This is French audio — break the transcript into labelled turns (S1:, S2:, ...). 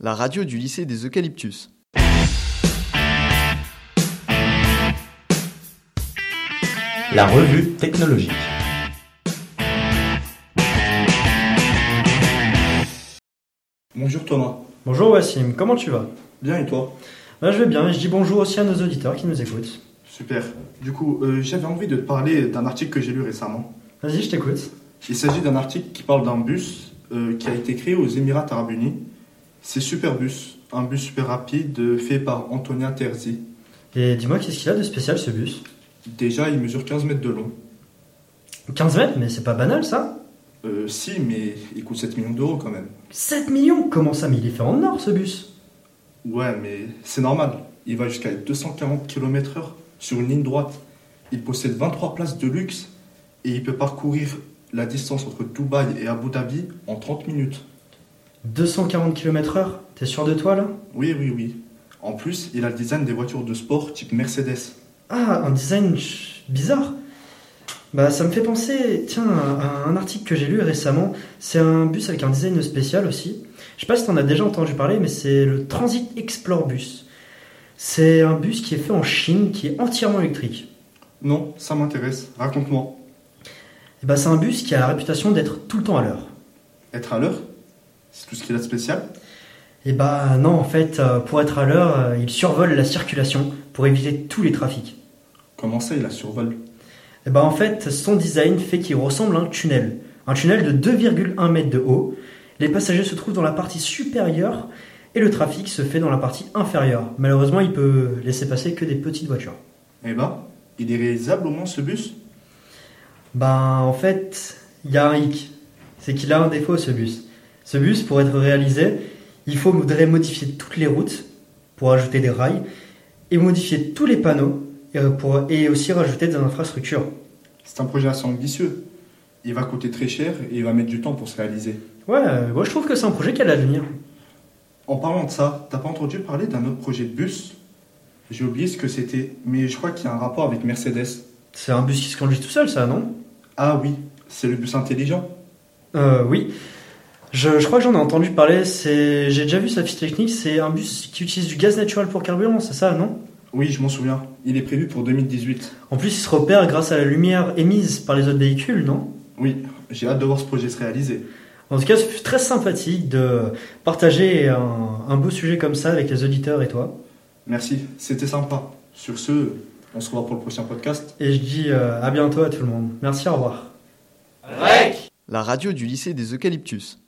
S1: la radio du lycée des Eucalyptus.
S2: La revue technologique.
S3: Bonjour Thomas.
S4: Bonjour Wassim, comment tu vas
S3: Bien et toi
S4: Bah, Je vais bien et je dis bonjour aussi à nos auditeurs qui nous écoutent.
S3: Super. Du coup, euh, j'avais envie de te parler d'un article que j'ai lu récemment.
S4: Vas-y, je t'écoute.
S3: Il s'agit d'un article qui parle d'un bus euh, qui a été créé aux Émirats Arabes Unis. C'est Superbus, un bus super rapide euh, fait par Antonia Terzi.
S4: Et dis-moi, qu'est-ce qu'il a de spécial ce bus
S3: Déjà, il mesure 15 mètres de long.
S4: 15 mètres, mais c'est pas banal ça
S3: Euh, si, mais il coûte 7 millions d'euros quand même.
S4: 7 millions Comment ça, mais il est fait en or ce bus
S3: Ouais, mais c'est normal. Il va jusqu'à 240 km/h sur une ligne droite. Il possède 23 places de luxe et il peut parcourir la distance entre Dubaï et Abu Dhabi en 30 minutes.
S4: 240 km/h T'es sûr de toi là
S3: Oui, oui, oui. En plus, il a le design des voitures de sport type Mercedes.
S4: Ah, un design ch- bizarre Bah, ça me fait penser, tiens, à à un article que j'ai lu récemment. C'est un bus avec un design spécial aussi. Je sais pas si t'en as déjà entendu parler, mais c'est le Transit Explore Bus. C'est un bus qui est fait en Chine, qui est entièrement électrique.
S3: Non, ça m'intéresse. Raconte-moi.
S4: Eh ben, c'est un bus qui a la réputation d'être tout le temps à l'heure.
S3: Être à l'heure C'est tout ce qu'il a de spécial
S4: Et bah non, en fait, euh, pour être à l'heure, euh, il survole la circulation pour éviter tous les trafics.
S3: Comment ça, il la survole
S4: Et bah en fait, son design fait qu'il ressemble à un tunnel. Un tunnel de 2,1 mètres de haut. Les passagers se trouvent dans la partie supérieure et le trafic se fait dans la partie inférieure. Malheureusement, il peut laisser passer que des petites voitures.
S3: Eh ben, il est réalisable au moins ce bus
S4: Ben, en fait, il y a un hic. C'est qu'il a un défaut, ce bus. Ce bus, pour être réalisé, il faudrait modifier toutes les routes pour ajouter des rails et modifier tous les panneaux et, euh, pour- et aussi rajouter des infrastructures.
S3: C'est un projet assez ambitieux. Il va coûter très cher et il va mettre du temps pour se réaliser.
S4: Ouais, euh, moi je trouve que c'est un projet qui a l'avenir.
S3: En parlant de ça, t'as pas entendu parler d'un autre projet de bus J'ai oublié ce que c'était, mais je crois qu'il y a un rapport avec Mercedes.
S4: C'est un bus qui se conduit tout seul, ça, non
S3: Ah oui, c'est le bus intelligent.
S4: Euh, oui. Je, je crois que j'en ai entendu parler. C'est, j'ai déjà vu sa fiche technique. C'est un bus qui utilise du gaz naturel pour carburant, c'est ça, non
S3: Oui, je m'en souviens. Il est prévu pour 2018.
S4: En plus, il se repère grâce à la lumière émise par les autres véhicules, non
S3: Oui, j'ai hâte de voir ce projet se réaliser.
S4: En tout cas, c'est très sympathique de partager un, un beau sujet comme ça avec les auditeurs et toi.
S3: Merci, c'était sympa. Sur ce, on se revoit pour le prochain podcast.
S4: Et je dis euh, à bientôt à tout le monde. Merci, au revoir.
S1: La radio du lycée des Eucalyptus.